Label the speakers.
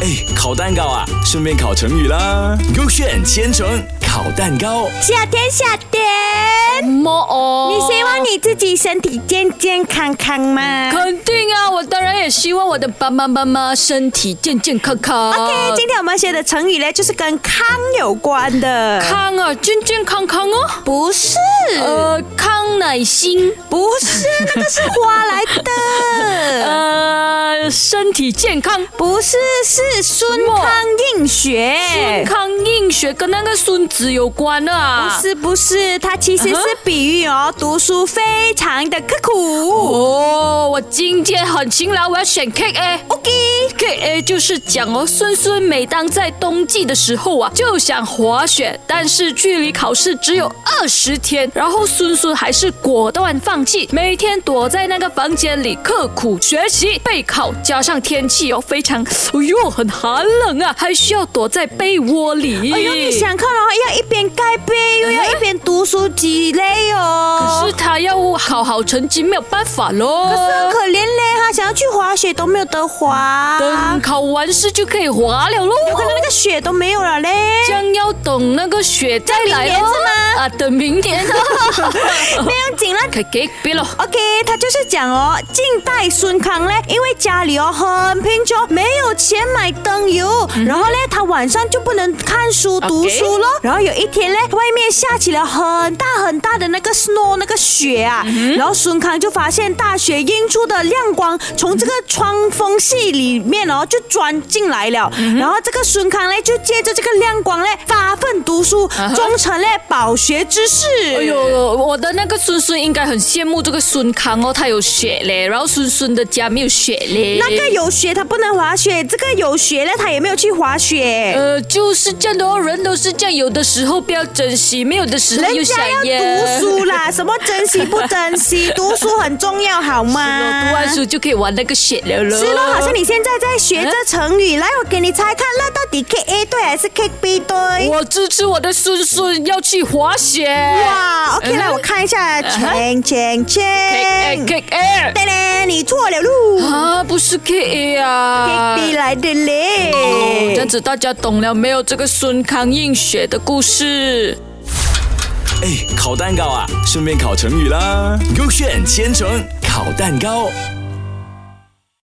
Speaker 1: 哎，烤蛋糕啊，顺便烤成语啦。勾选千层烤蛋糕，
Speaker 2: 夏天，夏天，
Speaker 3: 么哦？
Speaker 2: 你希望你自己身体健健康康吗
Speaker 3: 肯定啊，我当然也希望我的爸爸妈妈身体健健康康。
Speaker 2: ？OK，今天我们学的成语呢，就是跟康有关的。
Speaker 3: 康啊，健健康康哦。
Speaker 2: 不是，
Speaker 3: 呃，康乃馨，
Speaker 2: 不是，那个是花来的，
Speaker 3: 呃，身体健康。
Speaker 2: 不是，是孙
Speaker 3: 么
Speaker 2: 康应学。
Speaker 3: 孙康应学跟那个孙子有关
Speaker 2: 不
Speaker 3: 啊？
Speaker 2: 是不是，它其实
Speaker 3: 嗯
Speaker 2: 是
Speaker 3: 哼
Speaker 2: 比喻哦，读书非常的刻苦。
Speaker 3: 哦，我今天很勤劳，我要选 K A。
Speaker 2: OK，
Speaker 3: K A 就是讲哦，孙孙每当在冬季的时候啊，就想滑雪，但是距离考试只有二十天，然后孙孙还是果断放弃，每天躲在那个房间里刻苦学习备考，加上天气哦非常，哎呦很寒冷啊，还需要躲在被窝里。
Speaker 2: 哎呦，你想看哦，要一边盖被，又要一边读书，几累哦。
Speaker 3: 啊可是呃他要考好成绩，没有办法喽。
Speaker 2: 可是很可怜嘞，他想要去滑雪都没有得滑，
Speaker 3: 等考完试就可以滑了喽。
Speaker 2: 有可能那个雪都没有了嘞。
Speaker 3: 将要等那个雪再来
Speaker 2: 在明年是
Speaker 3: 哦
Speaker 2: 吗
Speaker 3: 啊，等明年哦。
Speaker 2: 不用紧了。
Speaker 3: 可以给别了。
Speaker 2: OK，他就是讲哦，近代孙康嘞，因为家里哦很贫穷，没有钱买灯油，然后嘞他晚上就不能看书
Speaker 3: 嗯 OK
Speaker 2: 读书咯。然后有一天嘞，外面下起了很大很大的那个 snow 那个雪啊，
Speaker 3: 嗯
Speaker 2: 然后孙康就发现大雪映出的亮光从这个窗缝隙里面哦就钻进来了，
Speaker 3: 嗯
Speaker 2: 然后这个孙康嘞就借着这个亮光嘞发奋读书
Speaker 3: 啊哈，
Speaker 2: 终成嘞饱学之士。
Speaker 3: 哎呦，我的那个孙孙应该很羡慕这个孙康哦，他有雪嘞，然后孙孙的家没有雪嘞。
Speaker 2: 那个有雪，他不能滑雪；这个有雪了，他也没有去滑雪。
Speaker 3: 呃，就是这样的哦，人都是这样，有的时候不要珍惜，没有的时候又
Speaker 2: 人
Speaker 3: 想
Speaker 2: 家
Speaker 3: 耶。
Speaker 2: 要读书啦，什么珍惜不珍惜，读书很重要，好吗？
Speaker 3: 我读完书就可以玩那个雪了咯。
Speaker 2: 啊是咯，好像你现在在学这成语，来，我给你猜看，那到底 K A 对还是 K B 对？
Speaker 3: 我支持我的孙孙要去滑雪。
Speaker 2: 哇，OK，来我看一下，圈圈
Speaker 3: 哎
Speaker 2: 圈，
Speaker 3: K A
Speaker 2: 对嘞，你错了路
Speaker 3: 啊，不是 K A 啊。哦
Speaker 2: ，K B 来的嘞。哦
Speaker 3: 这样子大家懂了没有？这个孙康映雪的故事。
Speaker 1: 哎，烤蛋糕啊，顺便烤成语啦。勾选千层烤蛋糕。